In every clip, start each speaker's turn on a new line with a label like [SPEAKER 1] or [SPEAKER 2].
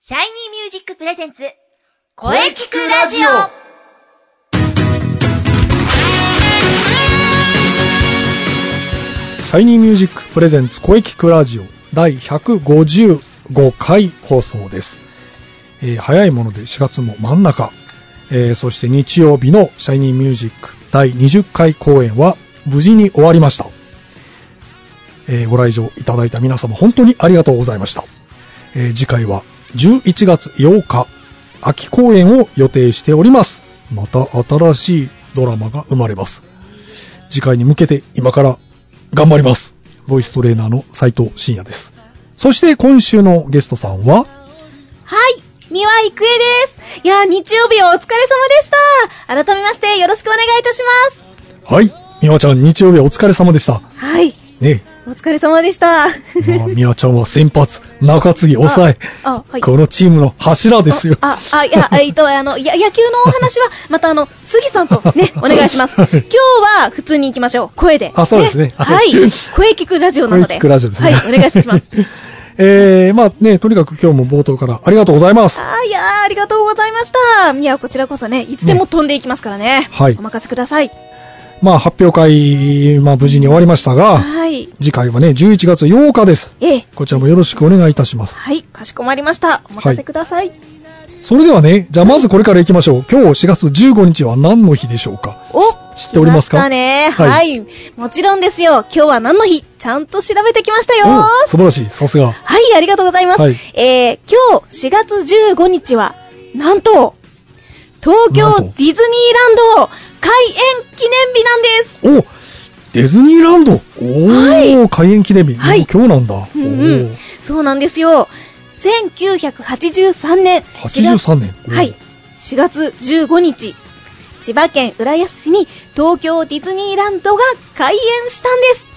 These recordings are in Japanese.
[SPEAKER 1] シャイニーミュージックプレゼンツ、
[SPEAKER 2] 声聞くラジオ
[SPEAKER 3] シャイニーミュージックプレゼンツ声聞くラジオ第155回放送です、えー早いもので4月も真ん中、えーそして日曜日のシャイニーミュージック第20回公演は無事に終わりました、えーご来場いただいた皆様本当にありがとうございました、えー次回は11月8日秋公演を予定しておりますまた新しいドラマが生まれます次回に向けて今から頑張ります。ボイストレーナーの斉藤慎也です。そして今週のゲストさんは、
[SPEAKER 4] はい、三輪郁恵です。いやー、日曜日はお疲れ様でした。改めましてよろしくお願いいたします。
[SPEAKER 3] はい、みわちゃん日曜日はお疲れ様でした。
[SPEAKER 4] はい、
[SPEAKER 3] ね
[SPEAKER 4] お疲れ様でした。
[SPEAKER 3] え、 まあ、みわちゃんは先発、中継ぎ、抑え、
[SPEAKER 4] あ、はい。
[SPEAKER 3] このチームの柱ですよ。
[SPEAKER 4] あ、あ、いや、えっと、あの、や、野球のお話は、またあの、杉さんとね、お願いします。
[SPEAKER 3] は
[SPEAKER 4] 今
[SPEAKER 3] い
[SPEAKER 4] 日は普通に行きましょう。声で。
[SPEAKER 3] あそうですねは
[SPEAKER 4] はいい。声聞くラジオなので。
[SPEAKER 3] クラジオですね。
[SPEAKER 4] はい、お願いします。。
[SPEAKER 3] えー、まあね、とにかく今日も冒頭からありがとうございます。
[SPEAKER 4] あーいやー、ありがとうございました。いや、こちらこそね、いつでも飛んでいきますからね。
[SPEAKER 3] はい
[SPEAKER 4] お任せください。
[SPEAKER 3] まあ発表会、まあ無事に終わりましたが、
[SPEAKER 4] はい。
[SPEAKER 3] 次回はね、11月8日です。
[SPEAKER 4] ええ。
[SPEAKER 3] こちらもよろしくお願いいたします。
[SPEAKER 4] はい、かしこまりました。お任せください。
[SPEAKER 3] それではね、じゃあまずこれから行きましょう。今日4月15日は何の日でしょうか
[SPEAKER 4] お
[SPEAKER 3] 知っておりますか
[SPEAKER 4] 来したね、
[SPEAKER 3] は
[SPEAKER 4] はいい、もちろんですよ。今日は何の日ちゃんと調べてきましたよ。
[SPEAKER 3] お
[SPEAKER 4] は
[SPEAKER 3] 素晴らしい。さすが。
[SPEAKER 4] い、ありがとうございます。
[SPEAKER 3] はい
[SPEAKER 4] えー、今日4月15日は、なんと、東
[SPEAKER 3] なん
[SPEAKER 4] 京
[SPEAKER 3] と
[SPEAKER 4] ディズニーランド開園記念日なんです。
[SPEAKER 3] おディズニーランドおー、開園記念日。
[SPEAKER 4] はい
[SPEAKER 3] もう今日なんだ。
[SPEAKER 4] うんう
[SPEAKER 3] お
[SPEAKER 4] ん。そうなんですよ。1983年4月
[SPEAKER 3] 83年。
[SPEAKER 4] はい。4月15日、千葉県浦安市に東京ディズニーランドが開園したんです。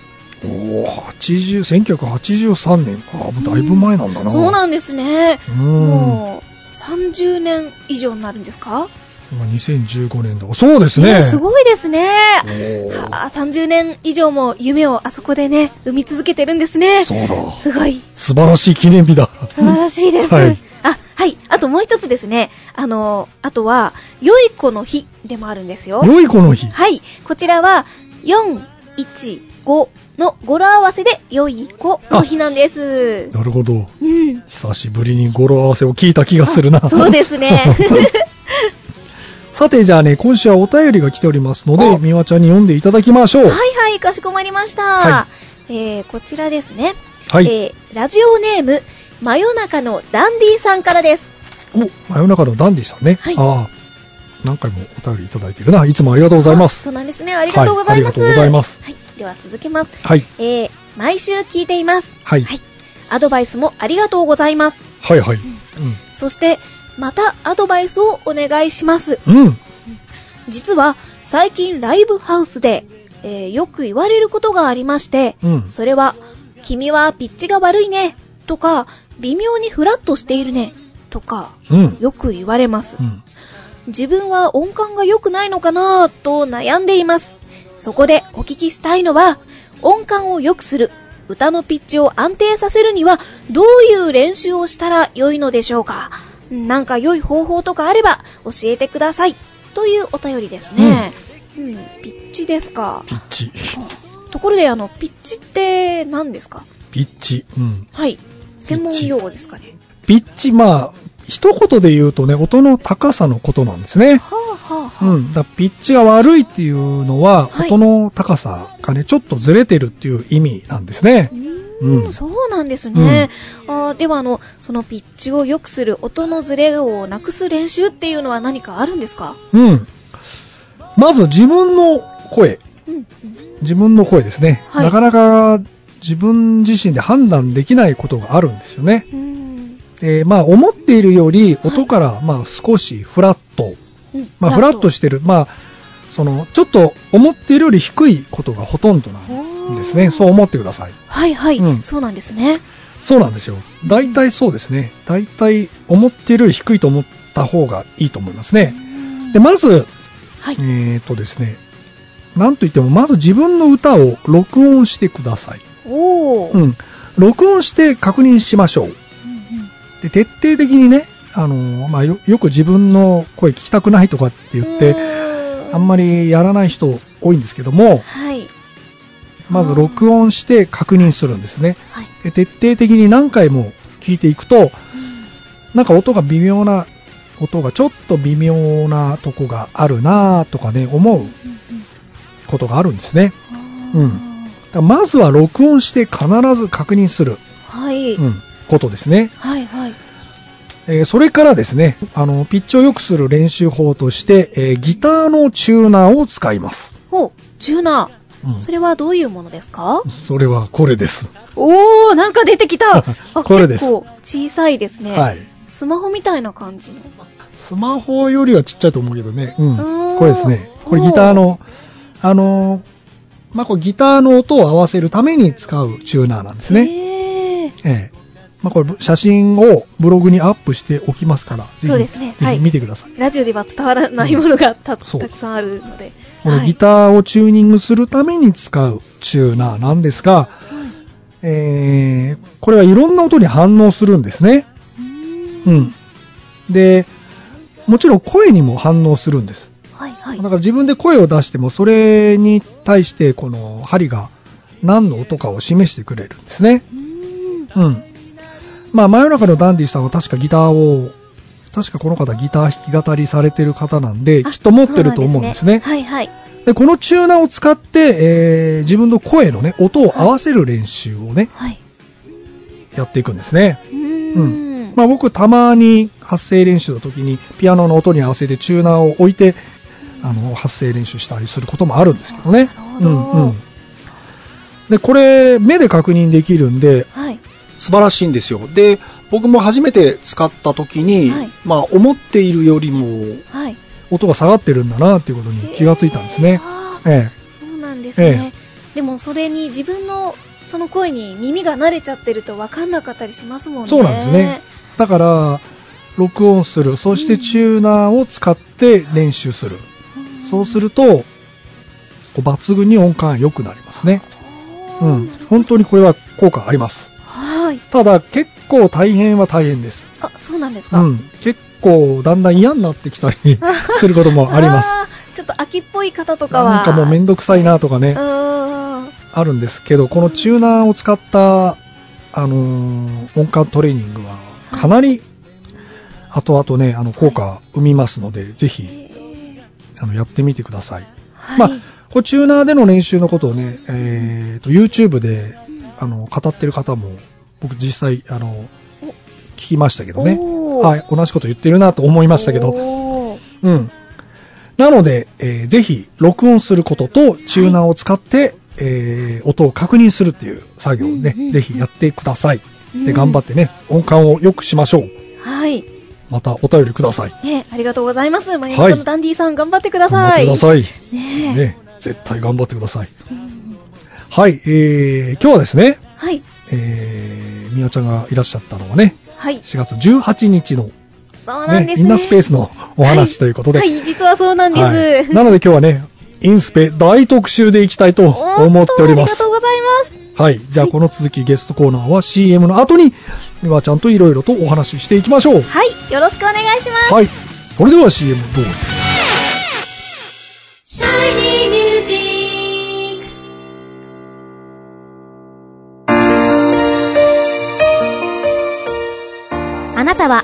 [SPEAKER 3] おー。おー、80 1983年。あーもうだいぶ前なんだな。
[SPEAKER 4] そうなんんですね。
[SPEAKER 3] うーん。ま
[SPEAKER 4] もう、30年以上になるんですか
[SPEAKER 3] あ2015年だ。そうです
[SPEAKER 4] ね
[SPEAKER 3] ね。
[SPEAKER 4] えすごいですね。
[SPEAKER 3] おー
[SPEAKER 4] はあ、30年以上も夢をあそこでね、生み続けてるんですね。
[SPEAKER 3] そうだ。
[SPEAKER 4] すごい。
[SPEAKER 3] 素晴らしい記念日だ。
[SPEAKER 4] 素晴らしいです。
[SPEAKER 3] はい
[SPEAKER 4] あ、はい。あともう一つですね。あの、あとは、良い子の日でもあるんですよ。
[SPEAKER 3] 良い子の日。
[SPEAKER 4] はい。こちらは、4、1、5の語呂合わせで、良い子の日なんです。
[SPEAKER 3] なるほど。
[SPEAKER 4] うん。
[SPEAKER 3] 久しぶりに語呂合わせを聞いた気がするな。
[SPEAKER 4] そうです ね。
[SPEAKER 3] さて、じゃあね、今週はお便りが来ておりますので、
[SPEAKER 4] お
[SPEAKER 3] みわちゃんに読んでいただきましょう。
[SPEAKER 4] はいはい、かしこまりました。
[SPEAKER 3] は
[SPEAKER 4] えー、こちらですね。
[SPEAKER 3] はい。
[SPEAKER 4] えー、ラジオネーム、真夜中のダンディさんからです。
[SPEAKER 3] お、真夜中のダンディさんね。
[SPEAKER 4] はい
[SPEAKER 3] ああ、何回もお便りいただいてるな。いつもありがとうございま
[SPEAKER 4] あ
[SPEAKER 3] す。
[SPEAKER 4] そうなんですね。ありがとうございます。
[SPEAKER 3] はいありがとうございます
[SPEAKER 4] はい。では続けます。
[SPEAKER 3] はい。
[SPEAKER 4] えー、毎週聞いています。
[SPEAKER 3] はい
[SPEAKER 4] はい。アドバイスもありがとうございます。
[SPEAKER 3] はいはい。
[SPEAKER 4] そして、またアドバイスをお願いします。
[SPEAKER 3] うん。うん。
[SPEAKER 4] 実は、最近ライブハウスで、えー、よく言われることがありまして、
[SPEAKER 3] うん。
[SPEAKER 4] それは、君はピッチが悪いね、とか、微妙にフラッとしているね、とか、
[SPEAKER 3] うん。
[SPEAKER 4] よく言われます
[SPEAKER 3] う。ん。
[SPEAKER 4] 自分は音感が良くないのかなぁと悩んでいます。そこでお聞きしたいのは、音感を良くする、歌のピッチを安定させるには、どういう練習をしたら良いのでしょうかなんか良い方法とかあれば教えてください。というお便りですね。うん、ピッチですか。
[SPEAKER 3] ピッチ。
[SPEAKER 4] ところで、あの、ピッチって何ですか
[SPEAKER 3] ピッチ。うん。
[SPEAKER 4] はい。専門
[SPEAKER 3] ピッチ
[SPEAKER 4] 用語ですかね。
[SPEAKER 3] ピッチ、まあ、一言で言うとね、音の高さのことなんですね。
[SPEAKER 4] はぁ、はぁは
[SPEAKER 3] う
[SPEAKER 4] ぁ、
[SPEAKER 3] ん。だからピッチが悪いっていうのは、
[SPEAKER 4] はい
[SPEAKER 3] 音の高さがね、ちょっとずれてるっていう意味なんですね。
[SPEAKER 4] うーん
[SPEAKER 3] うん
[SPEAKER 4] そうなんですね、あーではあのそのピッチを良くする音のズレをなくす練習っていうのは何かあるんですか、
[SPEAKER 3] うん。まず自分の声。
[SPEAKER 4] うん
[SPEAKER 3] 自分の声ですね、
[SPEAKER 4] はい
[SPEAKER 3] なかなか自分自身で判断できないことがあるんですよね。
[SPEAKER 4] うん、うん
[SPEAKER 3] えーまあ思っているより音から、まあ少しフラット、
[SPEAKER 4] うん
[SPEAKER 3] まあフラットしてる、まあそのちょっと思っているより低いことがほとんどなんです
[SPEAKER 4] お
[SPEAKER 3] ね。
[SPEAKER 4] ー
[SPEAKER 3] そう思ってください。
[SPEAKER 4] はいはい、
[SPEAKER 3] うん
[SPEAKER 4] そうなんですね
[SPEAKER 3] そうなんですよ。大体そうですね。大体思っているより低いと思った方がいいと思いますね。で、まず、
[SPEAKER 4] はい、
[SPEAKER 3] えーとですね、なんといってもまず自分の歌を録音してください。
[SPEAKER 4] おお、
[SPEAKER 3] うん。録音して確認しましょう。
[SPEAKER 4] うんうん
[SPEAKER 3] で徹底的にね、あのーまあ、よよく自分の声聞きたくないとかって言って、あ
[SPEAKER 4] ま
[SPEAKER 3] んまりやらない人多いんですけども、
[SPEAKER 4] はい。
[SPEAKER 3] まず録音して確認するんですね。
[SPEAKER 4] はい。
[SPEAKER 3] で徹底的に何回も聞いていくと、なんか音が微妙な、音がちょっと微妙なとこがあるなぁとかね、思うことがあるんですね。
[SPEAKER 4] うん
[SPEAKER 3] うだからまずは録音して必ず確認する、
[SPEAKER 4] はい。
[SPEAKER 3] うん、ことですね。
[SPEAKER 4] はい、はい。
[SPEAKER 3] えーそれからですね、あの、ピッチを良くする練習法として、えーギターのチューナーを使います。
[SPEAKER 4] お、チューナ
[SPEAKER 3] う
[SPEAKER 4] ー。
[SPEAKER 3] ん
[SPEAKER 4] それはどういうものですか
[SPEAKER 3] それはこれです。
[SPEAKER 4] おー、なんか出てき たあ
[SPEAKER 3] これです
[SPEAKER 4] 結構小さいですね。
[SPEAKER 3] はい。
[SPEAKER 4] スマホみたいな感じの。
[SPEAKER 5] スマホよりはちっちゃいと思うけどね。
[SPEAKER 3] うん
[SPEAKER 4] ん
[SPEAKER 3] これですね。これギターの、あのーまあ、これギターの音を合わせるために使うチューナーなんですね。
[SPEAKER 4] ね。
[SPEAKER 3] ええまあ、これ写真をブログにアップしておきますから、ぜひ
[SPEAKER 4] そうですね
[SPEAKER 3] ぜ
[SPEAKER 4] は
[SPEAKER 3] ひ
[SPEAKER 4] い
[SPEAKER 3] 見てください。
[SPEAKER 4] ラジオでは伝わらないものがた,、
[SPEAKER 3] そう
[SPEAKER 4] たくさんあるので。
[SPEAKER 3] このギ
[SPEAKER 4] ー、
[SPEAKER 3] ターをチューニングするために使うチューナーなんですが、
[SPEAKER 4] はい
[SPEAKER 3] えーこれはいろんな音に反応するんですね。
[SPEAKER 4] うー
[SPEAKER 3] うんん。で、もちろん声にも反応するんです。
[SPEAKER 4] はいはい
[SPEAKER 3] だから自分で声を出しても、それに対して、この針が何の音かを示してくれるんですね。
[SPEAKER 4] うーん
[SPEAKER 3] うん。まあ、真夜中のダンディさんは確かギターを、確かこの方ギター弾き語りされてる方なんで、
[SPEAKER 4] あ
[SPEAKER 3] きっと持ってると思うんですね。
[SPEAKER 4] そうなんですはいはい。
[SPEAKER 3] で、このチューナーを使って、えー自分の声のね、音を合わせる練習をね、
[SPEAKER 4] はい。
[SPEAKER 3] やっていくんですね。
[SPEAKER 4] うーん。
[SPEAKER 3] まあ僕たまに発声練習の時にピアノの音に合わせてチューナーを置いてあの発声練習したりすることもあるんですけどね。
[SPEAKER 4] なるほど
[SPEAKER 3] うんうん。で、これ目で確認できるんで、
[SPEAKER 4] はい。
[SPEAKER 5] 素晴らしいんですよ。で、僕も初めて使った時に、
[SPEAKER 4] はい
[SPEAKER 5] まあ思っているよりも、
[SPEAKER 4] はい。
[SPEAKER 3] 音が下がってるんだなっていうことに気がついたんですね。
[SPEAKER 4] あー
[SPEAKER 3] え
[SPEAKER 4] そうなんですね。でもそれに自分のその声に耳が慣れちゃってると分かんなかったりしますもん
[SPEAKER 3] え、
[SPEAKER 4] ね。
[SPEAKER 3] そうなんですね。。だから、録音する。そしてチューナーを使って練習する。
[SPEAKER 4] ん
[SPEAKER 3] そうすると、こう抜群に音感良くなりますね。う
[SPEAKER 4] うん
[SPEAKER 3] ん。本当にこれは効果あります。
[SPEAKER 4] はい。
[SPEAKER 3] ただ結構大変は大変です。
[SPEAKER 4] あ、そうなんです
[SPEAKER 3] う
[SPEAKER 4] か。
[SPEAKER 3] ん。結構だんだん嫌になってき たりすることもあります。
[SPEAKER 4] す。ちょっと秋っぽい方とかは。
[SPEAKER 3] なんかもうめんどくさいなとかね、
[SPEAKER 4] うーん。
[SPEAKER 3] あるんですけど、このチューナーを使った、あのー音感トレーニングはかなり後々ね、あの効果生みますので、ぜひ、あの、やってみてください。
[SPEAKER 4] はい。
[SPEAKER 3] まあ、こうチューナーでの練習のことをね、えーと、YouTube で、あの、語ってる方も、僕実際、あの、聞きましたけどね。
[SPEAKER 4] おー
[SPEAKER 3] はい、同じこと言ってるなと思いましたけど。
[SPEAKER 4] おー
[SPEAKER 3] うん。なので、えーぜひ、録音することと、チューナーを使って、えー音を確認するっていう作業をね、
[SPEAKER 4] うんうんうん
[SPEAKER 3] ぜひやってください。
[SPEAKER 4] う
[SPEAKER 3] で、
[SPEAKER 4] ん
[SPEAKER 3] 頑張ってね、音感を良くしましょう。
[SPEAKER 4] はい。
[SPEAKER 3] またお便りください。
[SPEAKER 4] ね、ありがとうございます。マリ
[SPEAKER 3] は
[SPEAKER 4] ノ
[SPEAKER 3] い
[SPEAKER 4] のダンディさん、頑張ってくだ
[SPEAKER 3] 頑張っ
[SPEAKER 4] さ
[SPEAKER 3] て
[SPEAKER 4] い。
[SPEAKER 3] ください。
[SPEAKER 4] ねえ
[SPEAKER 3] ね、絶対頑張ってください。
[SPEAKER 4] うん
[SPEAKER 3] はい、えー、今日はですね、
[SPEAKER 4] はい。
[SPEAKER 3] えー、みやちゃんがいらっしゃったのはね、
[SPEAKER 4] はい。
[SPEAKER 3] 4月18日の、
[SPEAKER 4] そうなんで
[SPEAKER 3] ね
[SPEAKER 4] すね。
[SPEAKER 3] インナースペースのお話ということで、
[SPEAKER 4] はい、はい実はそうなんです。
[SPEAKER 3] はいなので今日はね、インスペ大特集でいきたいと思っておりま
[SPEAKER 4] 本当ありが
[SPEAKER 3] す
[SPEAKER 4] とう。ございます。
[SPEAKER 3] はい。じゃあこの続きゲストコーナーは CM の後に、みわちゃんといろいろとお話ししていきましょう。
[SPEAKER 4] はい、よろしくお願いします。
[SPEAKER 3] はい。それでは CM どうぞ。
[SPEAKER 2] あなたは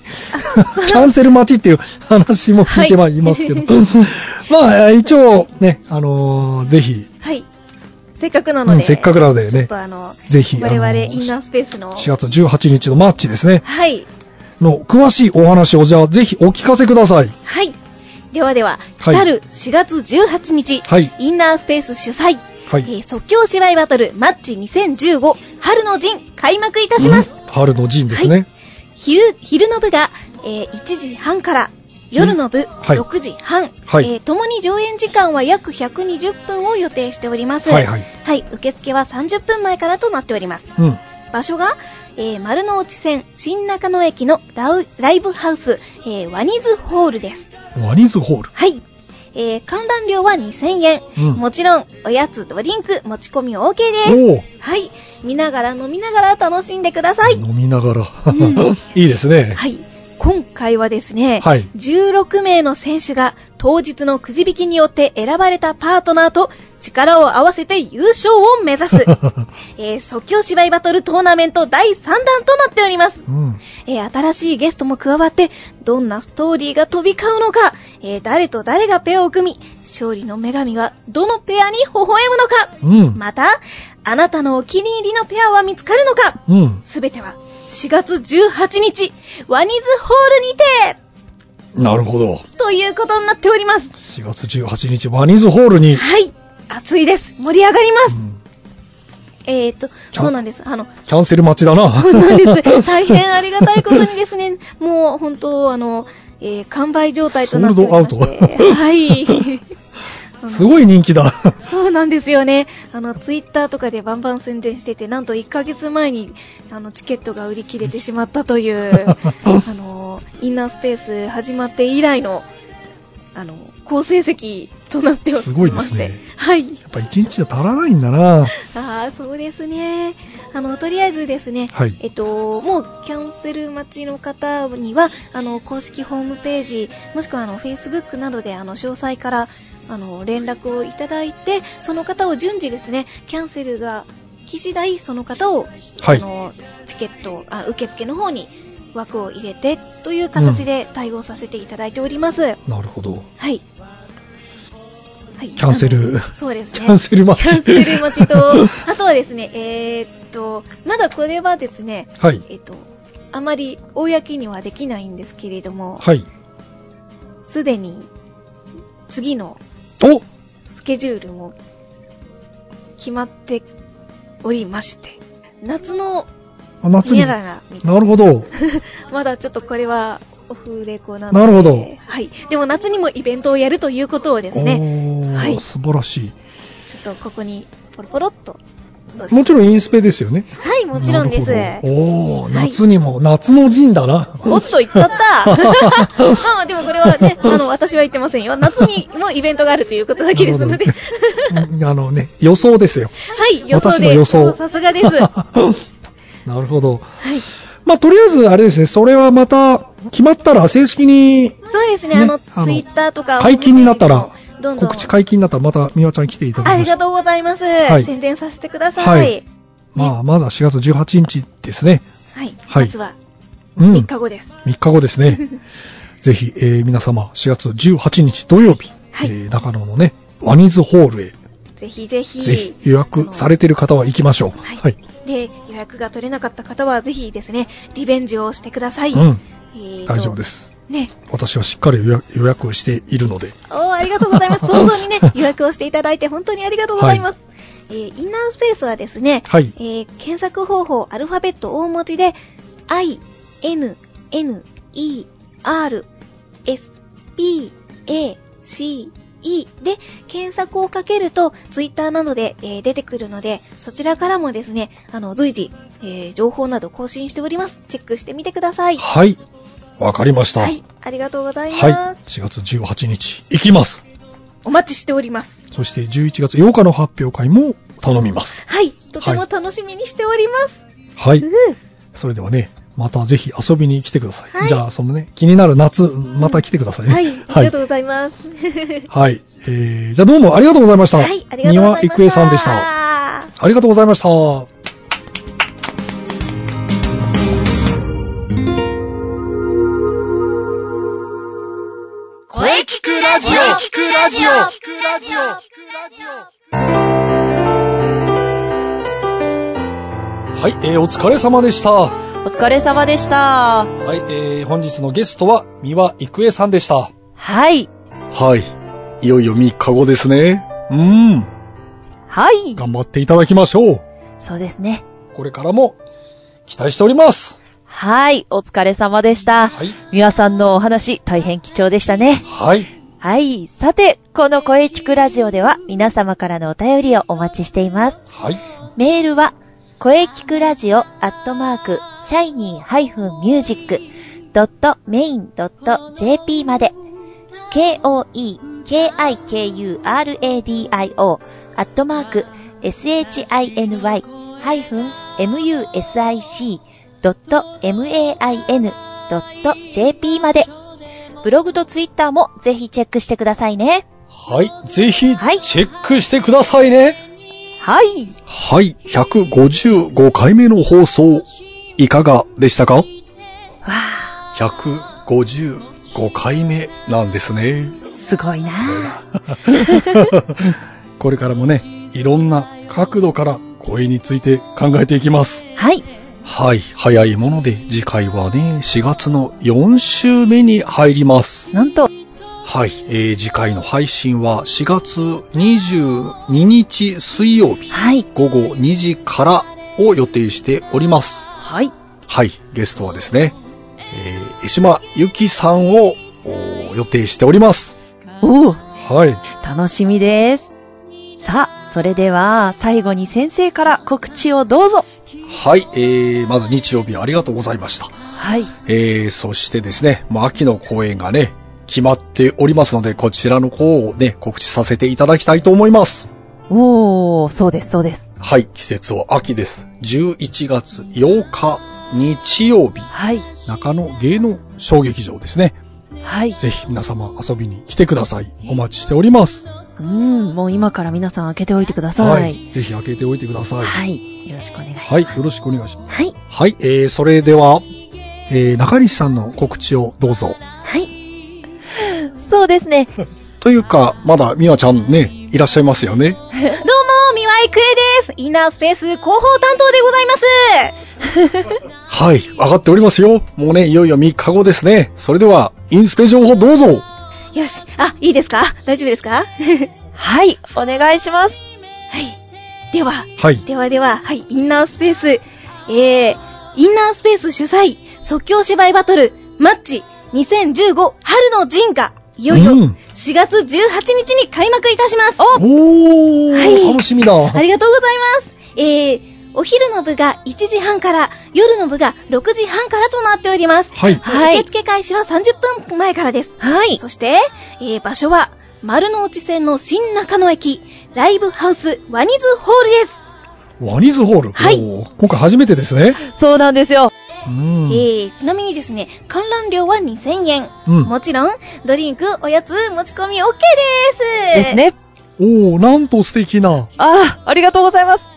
[SPEAKER 3] ャンセル待ちっていう 話も聞いてまいりますけど、 まあ、一応ね、あのーぜひ、
[SPEAKER 4] はい。せっかくなの
[SPEAKER 3] う
[SPEAKER 4] で、
[SPEAKER 3] ん、せっかくなので
[SPEAKER 4] ちょっ
[SPEAKER 3] ね、
[SPEAKER 4] とあの、
[SPEAKER 3] ぜひ、
[SPEAKER 4] 我々
[SPEAKER 3] あのー
[SPEAKER 4] インナースペースの、
[SPEAKER 3] 4月18日のマッチですね、
[SPEAKER 4] はい、
[SPEAKER 3] の詳しいお話をじゃあぜひお聞かせください。
[SPEAKER 4] はい。ではでは、
[SPEAKER 3] はい
[SPEAKER 4] 来る4月18日、
[SPEAKER 3] はい
[SPEAKER 4] インナースペース主催、
[SPEAKER 3] はい。
[SPEAKER 4] えー即興芝居バトルマッチ2015春の陣開幕いたします。
[SPEAKER 3] うん春の陣ですね。
[SPEAKER 4] 昼、昼の部が、えー1時半から、夜の部、
[SPEAKER 3] はい
[SPEAKER 4] 6時半、
[SPEAKER 3] はい
[SPEAKER 4] えー共に上演時間は約120分を予定しております。
[SPEAKER 3] はいはい
[SPEAKER 4] はい受付は30分前からとなっております。
[SPEAKER 3] うん。
[SPEAKER 4] 場所が、えー丸の内線新中野駅のラウライブハウス、えーワニズホールです。
[SPEAKER 3] ワニズホール。
[SPEAKER 4] はい。えー観覧料は2000円。
[SPEAKER 3] うん
[SPEAKER 4] もちろん、おやつ、ドリンク、持ち込み OK です。
[SPEAKER 3] おお、
[SPEAKER 4] はい。見ながら飲みながら楽しんでください。
[SPEAKER 3] 飲みながら。
[SPEAKER 4] うん
[SPEAKER 3] いいですね。
[SPEAKER 4] はい。今回はですね、
[SPEAKER 3] はい
[SPEAKER 4] 16名の選手が当日のくじ引きによって選ばれたパートナーと力を合わせて優勝を目 指す、えー即興芝居バトルトーナメント第3弾となっております。
[SPEAKER 3] うん。
[SPEAKER 4] えー新しいゲストも加わって、どんなストーリーが飛び交うのか、えー誰と誰がペアを組み、勝利の女神はどのペアに微笑むのか、
[SPEAKER 3] うん。
[SPEAKER 4] また、あなたのお気に入りのペアは見つかるのか、
[SPEAKER 3] うん。
[SPEAKER 4] すべては4月18日、ワニズホールに
[SPEAKER 3] なるほど。
[SPEAKER 4] て、ということになっております。
[SPEAKER 3] 4月18日、ワニズホールに。
[SPEAKER 4] はい、暑いです。盛り上がります。
[SPEAKER 3] うん
[SPEAKER 4] えーと、そうなんです。あの、
[SPEAKER 3] キャンセル待ちだな。
[SPEAKER 4] そうなん です。大変ありがたいことにですね、もう本当、あの、えー完売状態となっておりまして。
[SPEAKER 3] ソールドアウト
[SPEAKER 4] はい。あの
[SPEAKER 3] すごい人気だ。
[SPEAKER 4] そうなんですよね。あの、ツイッターとかでバンバン宣伝してて、なんと1ヶ月前に、あの、チケットが売り切れてしまったと いう、あの、インナースペース始まって以来の、あの、好成績となっておりまして。
[SPEAKER 3] すごいですね
[SPEAKER 4] はい。
[SPEAKER 3] やっぱ1日じゃ足らないんだな。
[SPEAKER 4] ああ、そうですね。あの、とりあえずですね、
[SPEAKER 3] はい
[SPEAKER 4] えっと、もうキャンセル待ちの方には、あの、公式ホームページ、もしくはあの、Facebook などで、あの、詳細から、あの、連絡をいただいて、その方を順次ですね、キャンセルが来次第、その方を、
[SPEAKER 3] はい
[SPEAKER 4] あの、チケット、あ、受付の方に枠を入れて、という形で対応させていただいております。
[SPEAKER 3] なるほど。
[SPEAKER 4] はい。はい、
[SPEAKER 3] キャンセル
[SPEAKER 4] あのそうです
[SPEAKER 3] キ
[SPEAKER 4] ね。
[SPEAKER 3] ャンセル待ち。
[SPEAKER 4] キャンセル待ちと、あとはです ね、えーっと、まだこれはですね、
[SPEAKER 3] はい。
[SPEAKER 4] えっと、あまり公にはできないんですけれども、
[SPEAKER 3] はい。
[SPEAKER 4] すでに次の
[SPEAKER 3] お
[SPEAKER 4] スケジュールも決まっておりまして、夏の
[SPEAKER 3] あ夏
[SPEAKER 4] ニ
[SPEAKER 3] に。
[SPEAKER 4] ャラ
[SPEAKER 3] な
[SPEAKER 4] ラみたいな、
[SPEAKER 3] るほど。
[SPEAKER 4] まだちょっとこれはオフレコなので、
[SPEAKER 3] なるほど
[SPEAKER 4] はい。でも夏にもイベントをやるということをですね、
[SPEAKER 3] おー
[SPEAKER 4] はい
[SPEAKER 3] 素晴らし
[SPEAKER 4] ちょっとここにポロポロっと。そうで
[SPEAKER 3] い。
[SPEAKER 4] す
[SPEAKER 3] もちろんインスペですよね。
[SPEAKER 4] はい、もちろんです。
[SPEAKER 3] なるほどおー
[SPEAKER 4] はい
[SPEAKER 3] 夏にも、夏の陣だな。
[SPEAKER 4] おっと言っち ゃったまあまあでもこれはね、あの、私は言ってませんよ。夏にもイベントがあるということだけですので。
[SPEAKER 3] なうんあのね、予想ですよ。
[SPEAKER 4] はい、予想
[SPEAKER 3] 私の
[SPEAKER 4] で。
[SPEAKER 3] 予想
[SPEAKER 4] もうさすが です。は
[SPEAKER 3] なるほど。
[SPEAKER 4] い。
[SPEAKER 3] まあ、とりあえず、あれですね、それはまた、決まったら、正式に、
[SPEAKER 4] そうですね、
[SPEAKER 3] ね
[SPEAKER 4] あの、
[SPEAKER 3] あの
[SPEAKER 4] ツイッターとか。
[SPEAKER 3] 解禁になったら
[SPEAKER 4] どんどん。
[SPEAKER 3] 告知解禁になったら、また、みわちゃん来ていただ
[SPEAKER 4] あ
[SPEAKER 3] きま
[SPEAKER 4] り
[SPEAKER 3] しょ
[SPEAKER 4] が
[SPEAKER 3] う。
[SPEAKER 4] とうございます。
[SPEAKER 3] い
[SPEAKER 4] 宣伝させてください。
[SPEAKER 3] は
[SPEAKER 4] はいい。
[SPEAKER 3] まあ、まずは4月18日ですね。
[SPEAKER 4] はい。
[SPEAKER 3] はい
[SPEAKER 4] まずは、
[SPEAKER 3] うん
[SPEAKER 4] 3日後です。
[SPEAKER 3] 3日後です ね。ぜひ、えー皆様、4月18日土曜日、
[SPEAKER 4] はい
[SPEAKER 3] えー中野のね、ワニズホールへ、
[SPEAKER 4] ぜひぜひ。
[SPEAKER 3] ぜひ予約されてる方は行きましょう。
[SPEAKER 4] はい
[SPEAKER 3] はい。
[SPEAKER 4] で、予約が取れなかった方は、ぜひですね、リベンジをしてください。
[SPEAKER 3] うん、
[SPEAKER 4] えーと
[SPEAKER 3] 大丈夫で。す。
[SPEAKER 4] ね。
[SPEAKER 3] 私はしっかり予約予約しているので。
[SPEAKER 4] おー、ありがとうござい ます。早々にね、予約をしていただいて、本当にありがとうございます。えー、インナースペースはですね、
[SPEAKER 3] はい
[SPEAKER 4] えー、検索方法、アルファベット大文字で、i, n, n, e, r, s, p, a, c, e で検索をかけると、ツイッターなどで、えー出てくるので、そちらからもですね、あの、随時、えー情報など更新しております。チェックしてみてください。
[SPEAKER 3] はい。わかりました。
[SPEAKER 4] はい、ありがとうござい
[SPEAKER 3] はい。
[SPEAKER 4] ます。
[SPEAKER 3] 4月18日、行きます。
[SPEAKER 4] お待ちしております。
[SPEAKER 3] そして11月8日の発表会も頼みます。
[SPEAKER 4] はい、とても楽しみにしております。
[SPEAKER 3] は
[SPEAKER 4] う
[SPEAKER 3] い。
[SPEAKER 4] ん
[SPEAKER 3] それではね、またぜひ遊びに来てください。
[SPEAKER 4] はい
[SPEAKER 3] じゃあ、そのね、気になる夏、また来てくださいね。
[SPEAKER 4] はい、ありがとうございます。
[SPEAKER 3] はい。えー、じゃあどうもありがとうございました。
[SPEAKER 4] はい、ありがとうございました。
[SPEAKER 3] 丹羽郁恵さんでした。
[SPEAKER 4] た。
[SPEAKER 3] ありがとうございました。
[SPEAKER 1] 声聞くラジオ
[SPEAKER 5] 聞くラジオ
[SPEAKER 1] 聞
[SPEAKER 5] くラジオ
[SPEAKER 3] はい、えー、お疲れ様でした。は
[SPEAKER 6] お疲れ様でした。
[SPEAKER 3] い、えー、本日のゲストは、三輪郁恵さんでした。
[SPEAKER 6] はい。
[SPEAKER 5] はい。いよいよ3日後ですね。
[SPEAKER 3] うーん。
[SPEAKER 6] はい。
[SPEAKER 3] 頑張っていただきましょう。
[SPEAKER 6] そうですね。
[SPEAKER 3] これからも、期待しております。
[SPEAKER 6] はい。お疲れ様でした。
[SPEAKER 3] はい。
[SPEAKER 6] みわさんのお話、大変貴重でしたね。
[SPEAKER 3] はい。
[SPEAKER 6] はい。さて、この声聞くラジオでは、皆様からのお便りをお待ちしています。
[SPEAKER 3] はい。
[SPEAKER 6] メールは、声聞くラジオアットマーク、シャイニー -music.main.jp まで、k-o-e-k-i-k-u-r-a-d-i-o アットマーク、shiny-music.main.jp まで、ブログとツイッターもぜひチェックしてくださいね。
[SPEAKER 3] はい。ぜひ、チ
[SPEAKER 6] はい
[SPEAKER 3] ェックしてくださいね。
[SPEAKER 6] はい。
[SPEAKER 5] はい。155回目の放送、いかがでしたか
[SPEAKER 6] わあ、
[SPEAKER 5] 155回目なんですね。
[SPEAKER 6] すごいなあ。
[SPEAKER 3] これからもね、いろんな角度から声について考えていきます。
[SPEAKER 6] はい。
[SPEAKER 5] はい。早いもので、次回はね、4月の4週目に入ります。
[SPEAKER 6] なんと、
[SPEAKER 5] はい。えー次回の配信は4月22日水曜日、
[SPEAKER 6] はい。
[SPEAKER 5] 午後2時からを予定しております。
[SPEAKER 6] はい。
[SPEAKER 5] はい、ゲストはですね、えー、江島ゆきさんをお予定しております。
[SPEAKER 6] おお、
[SPEAKER 3] はい。
[SPEAKER 6] 楽しみです。さあ、それでは、最後に先生から告知をどうぞ。
[SPEAKER 5] はい、えー、まず日曜日ありがとうございました。
[SPEAKER 6] はい。
[SPEAKER 5] えー、そしてですね、まあ、秋の公演がね、決まっておりますので、こちらの方をね、告知させていただきたいと思います。
[SPEAKER 6] おー、そうです、そうです。
[SPEAKER 5] はい、季節は秋です。11月8日日曜日、
[SPEAKER 6] はい。
[SPEAKER 3] 中野芸能小劇場ですね。
[SPEAKER 6] はい。
[SPEAKER 3] ぜひ皆様遊びに来てください。お待ちしております。
[SPEAKER 6] うん、もう今から皆さん開けておいてくださ。
[SPEAKER 3] はいい。ぜひ開けておいてください。
[SPEAKER 6] はい。よろしくお願いします。
[SPEAKER 3] はい。よろしくお願いします。
[SPEAKER 6] はい。
[SPEAKER 5] はい、えー、それでは、えー、中西さんの告知をどうぞ。
[SPEAKER 6] はい。そうですね。どうも、
[SPEAKER 5] というか、まだみわちゃんね、いらっしゃいますよね。
[SPEAKER 4] どうも、三輪育恵です。インナースペース広報担当でございます。
[SPEAKER 5] はい、上がっておりますよ。もうね、いよいよ3日後ですね。それでは、インスペ情報どうぞ。
[SPEAKER 4] よし、あ、いいですか大丈夫ですかは
[SPEAKER 6] はい。お願いします。
[SPEAKER 4] い。では、
[SPEAKER 3] はい。
[SPEAKER 4] ではでは、はい、インナースペース、えー、インナースペース主催、即興芝居バトル、マッチ、2015春の陣が、いよいよ、
[SPEAKER 3] うん
[SPEAKER 4] 4月18日に開幕いたします。
[SPEAKER 3] おー、
[SPEAKER 4] はい
[SPEAKER 3] 楽しみだ。
[SPEAKER 4] ありがとうございます。えー、お昼の部が1時半から、夜の部が6時半からとなっております。
[SPEAKER 3] はい。
[SPEAKER 6] はい
[SPEAKER 4] 受付開始は30分前からです。
[SPEAKER 6] はい。
[SPEAKER 4] そして、えー場所は、丸の内線の新中野駅、ライブハウスワニズホールです。
[SPEAKER 3] ワニズホール。
[SPEAKER 4] はい
[SPEAKER 3] おー今回初めてですね。
[SPEAKER 6] そうなんですよ。
[SPEAKER 3] うん。
[SPEAKER 4] えー、ちなみにですね、観覧料は2000円。
[SPEAKER 3] うん
[SPEAKER 4] もちろん、ドリンク、おやつ、持ち込み OK です。
[SPEAKER 6] です。ね。
[SPEAKER 3] おー、なんと素敵な。
[SPEAKER 6] ああ、ありがとうございます。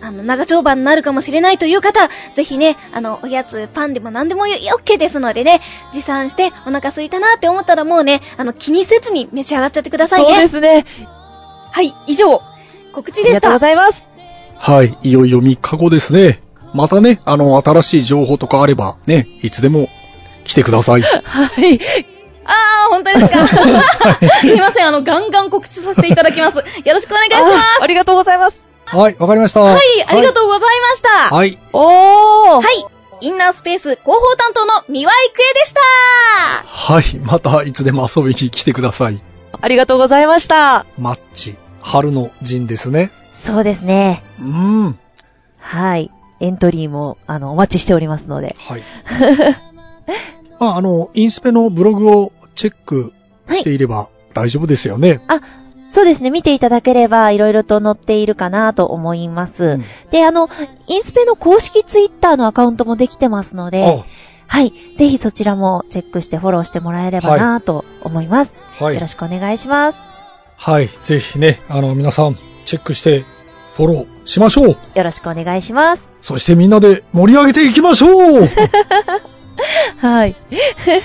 [SPEAKER 4] あの、長丁場になるかもしれないという方、ぜひね、あの、おやつ、パンでも何でもよ、OK ですのでね、持参してお腹空いたなって思ったらもうね、あの、気にせずに召し上がっちゃってください
[SPEAKER 2] そうで
[SPEAKER 4] ね。
[SPEAKER 2] すね。
[SPEAKER 4] はい、以上、告知
[SPEAKER 2] あ
[SPEAKER 4] で
[SPEAKER 2] り
[SPEAKER 4] し
[SPEAKER 2] がと
[SPEAKER 4] た
[SPEAKER 2] うご。ざいます。
[SPEAKER 3] はい。いよいよ3日後ですね。またね、あの、新しい情報とかあれば、ね、いつでも来てください。
[SPEAKER 2] はい。
[SPEAKER 4] あー、本当ですか すいません、あの、ガンガン告知させていただきます。よろしくお願いします。は、
[SPEAKER 2] あありがとうございます。
[SPEAKER 3] はい、わかりました。はい
[SPEAKER 4] ありがとうございました。
[SPEAKER 3] う。はい。
[SPEAKER 2] お
[SPEAKER 4] は
[SPEAKER 2] ー。
[SPEAKER 4] い、インナースペース広報担当の三輪郁恵でした。
[SPEAKER 3] はい。またいつでも遊びに来てください。
[SPEAKER 2] ありがとうございました。
[SPEAKER 3] マッチ、春の陣ですね。
[SPEAKER 6] そうですね。
[SPEAKER 3] うーん。
[SPEAKER 6] はい。エントリーも、あの、お待ちしておりますので。
[SPEAKER 3] はい。まあ、あの、インスペのブログをチェックしていれば大丈夫ですよね。
[SPEAKER 6] そうですね。見ていただければ、いろいろと載っているかなと思います。
[SPEAKER 3] うん
[SPEAKER 6] で、あの、インスペの公式ツイッターのアカウントもできてますので、はい。ぜひそちらもチェックしてフォローしてもらえればなと思います、
[SPEAKER 3] あは
[SPEAKER 6] よろ
[SPEAKER 3] い。
[SPEAKER 6] しくお願いします。
[SPEAKER 3] はい。ぜひね、あの、皆さん、チェックして、フォローしましょう。
[SPEAKER 6] よろしくお願いします。
[SPEAKER 3] そしてみんなで盛り上げていきましょう
[SPEAKER 6] はい。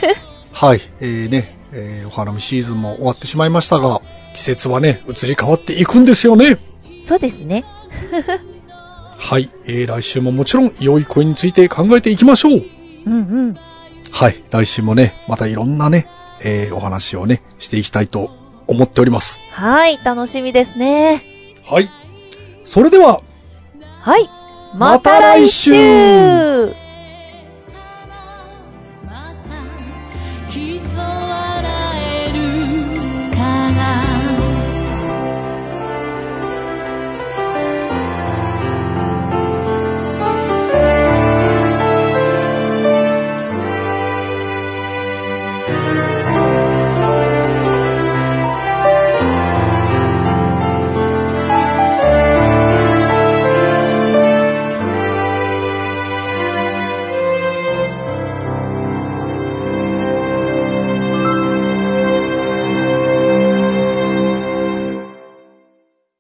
[SPEAKER 3] はい。えー、ね、えーお花見シーズンも終わってしまいましたが、季節はね、移り変わっていくんですよね。
[SPEAKER 6] そうですね。
[SPEAKER 3] はい。えー、来週ももちろん、良い声について考えていきましょう。
[SPEAKER 6] うんうん。
[SPEAKER 3] はい。来週もね、またいろんなね、えーお話をね、していきたいと思っております。
[SPEAKER 6] はい。楽しみですね。
[SPEAKER 3] はい。それでは、
[SPEAKER 6] はい。
[SPEAKER 3] また来週
[SPEAKER 6] また来週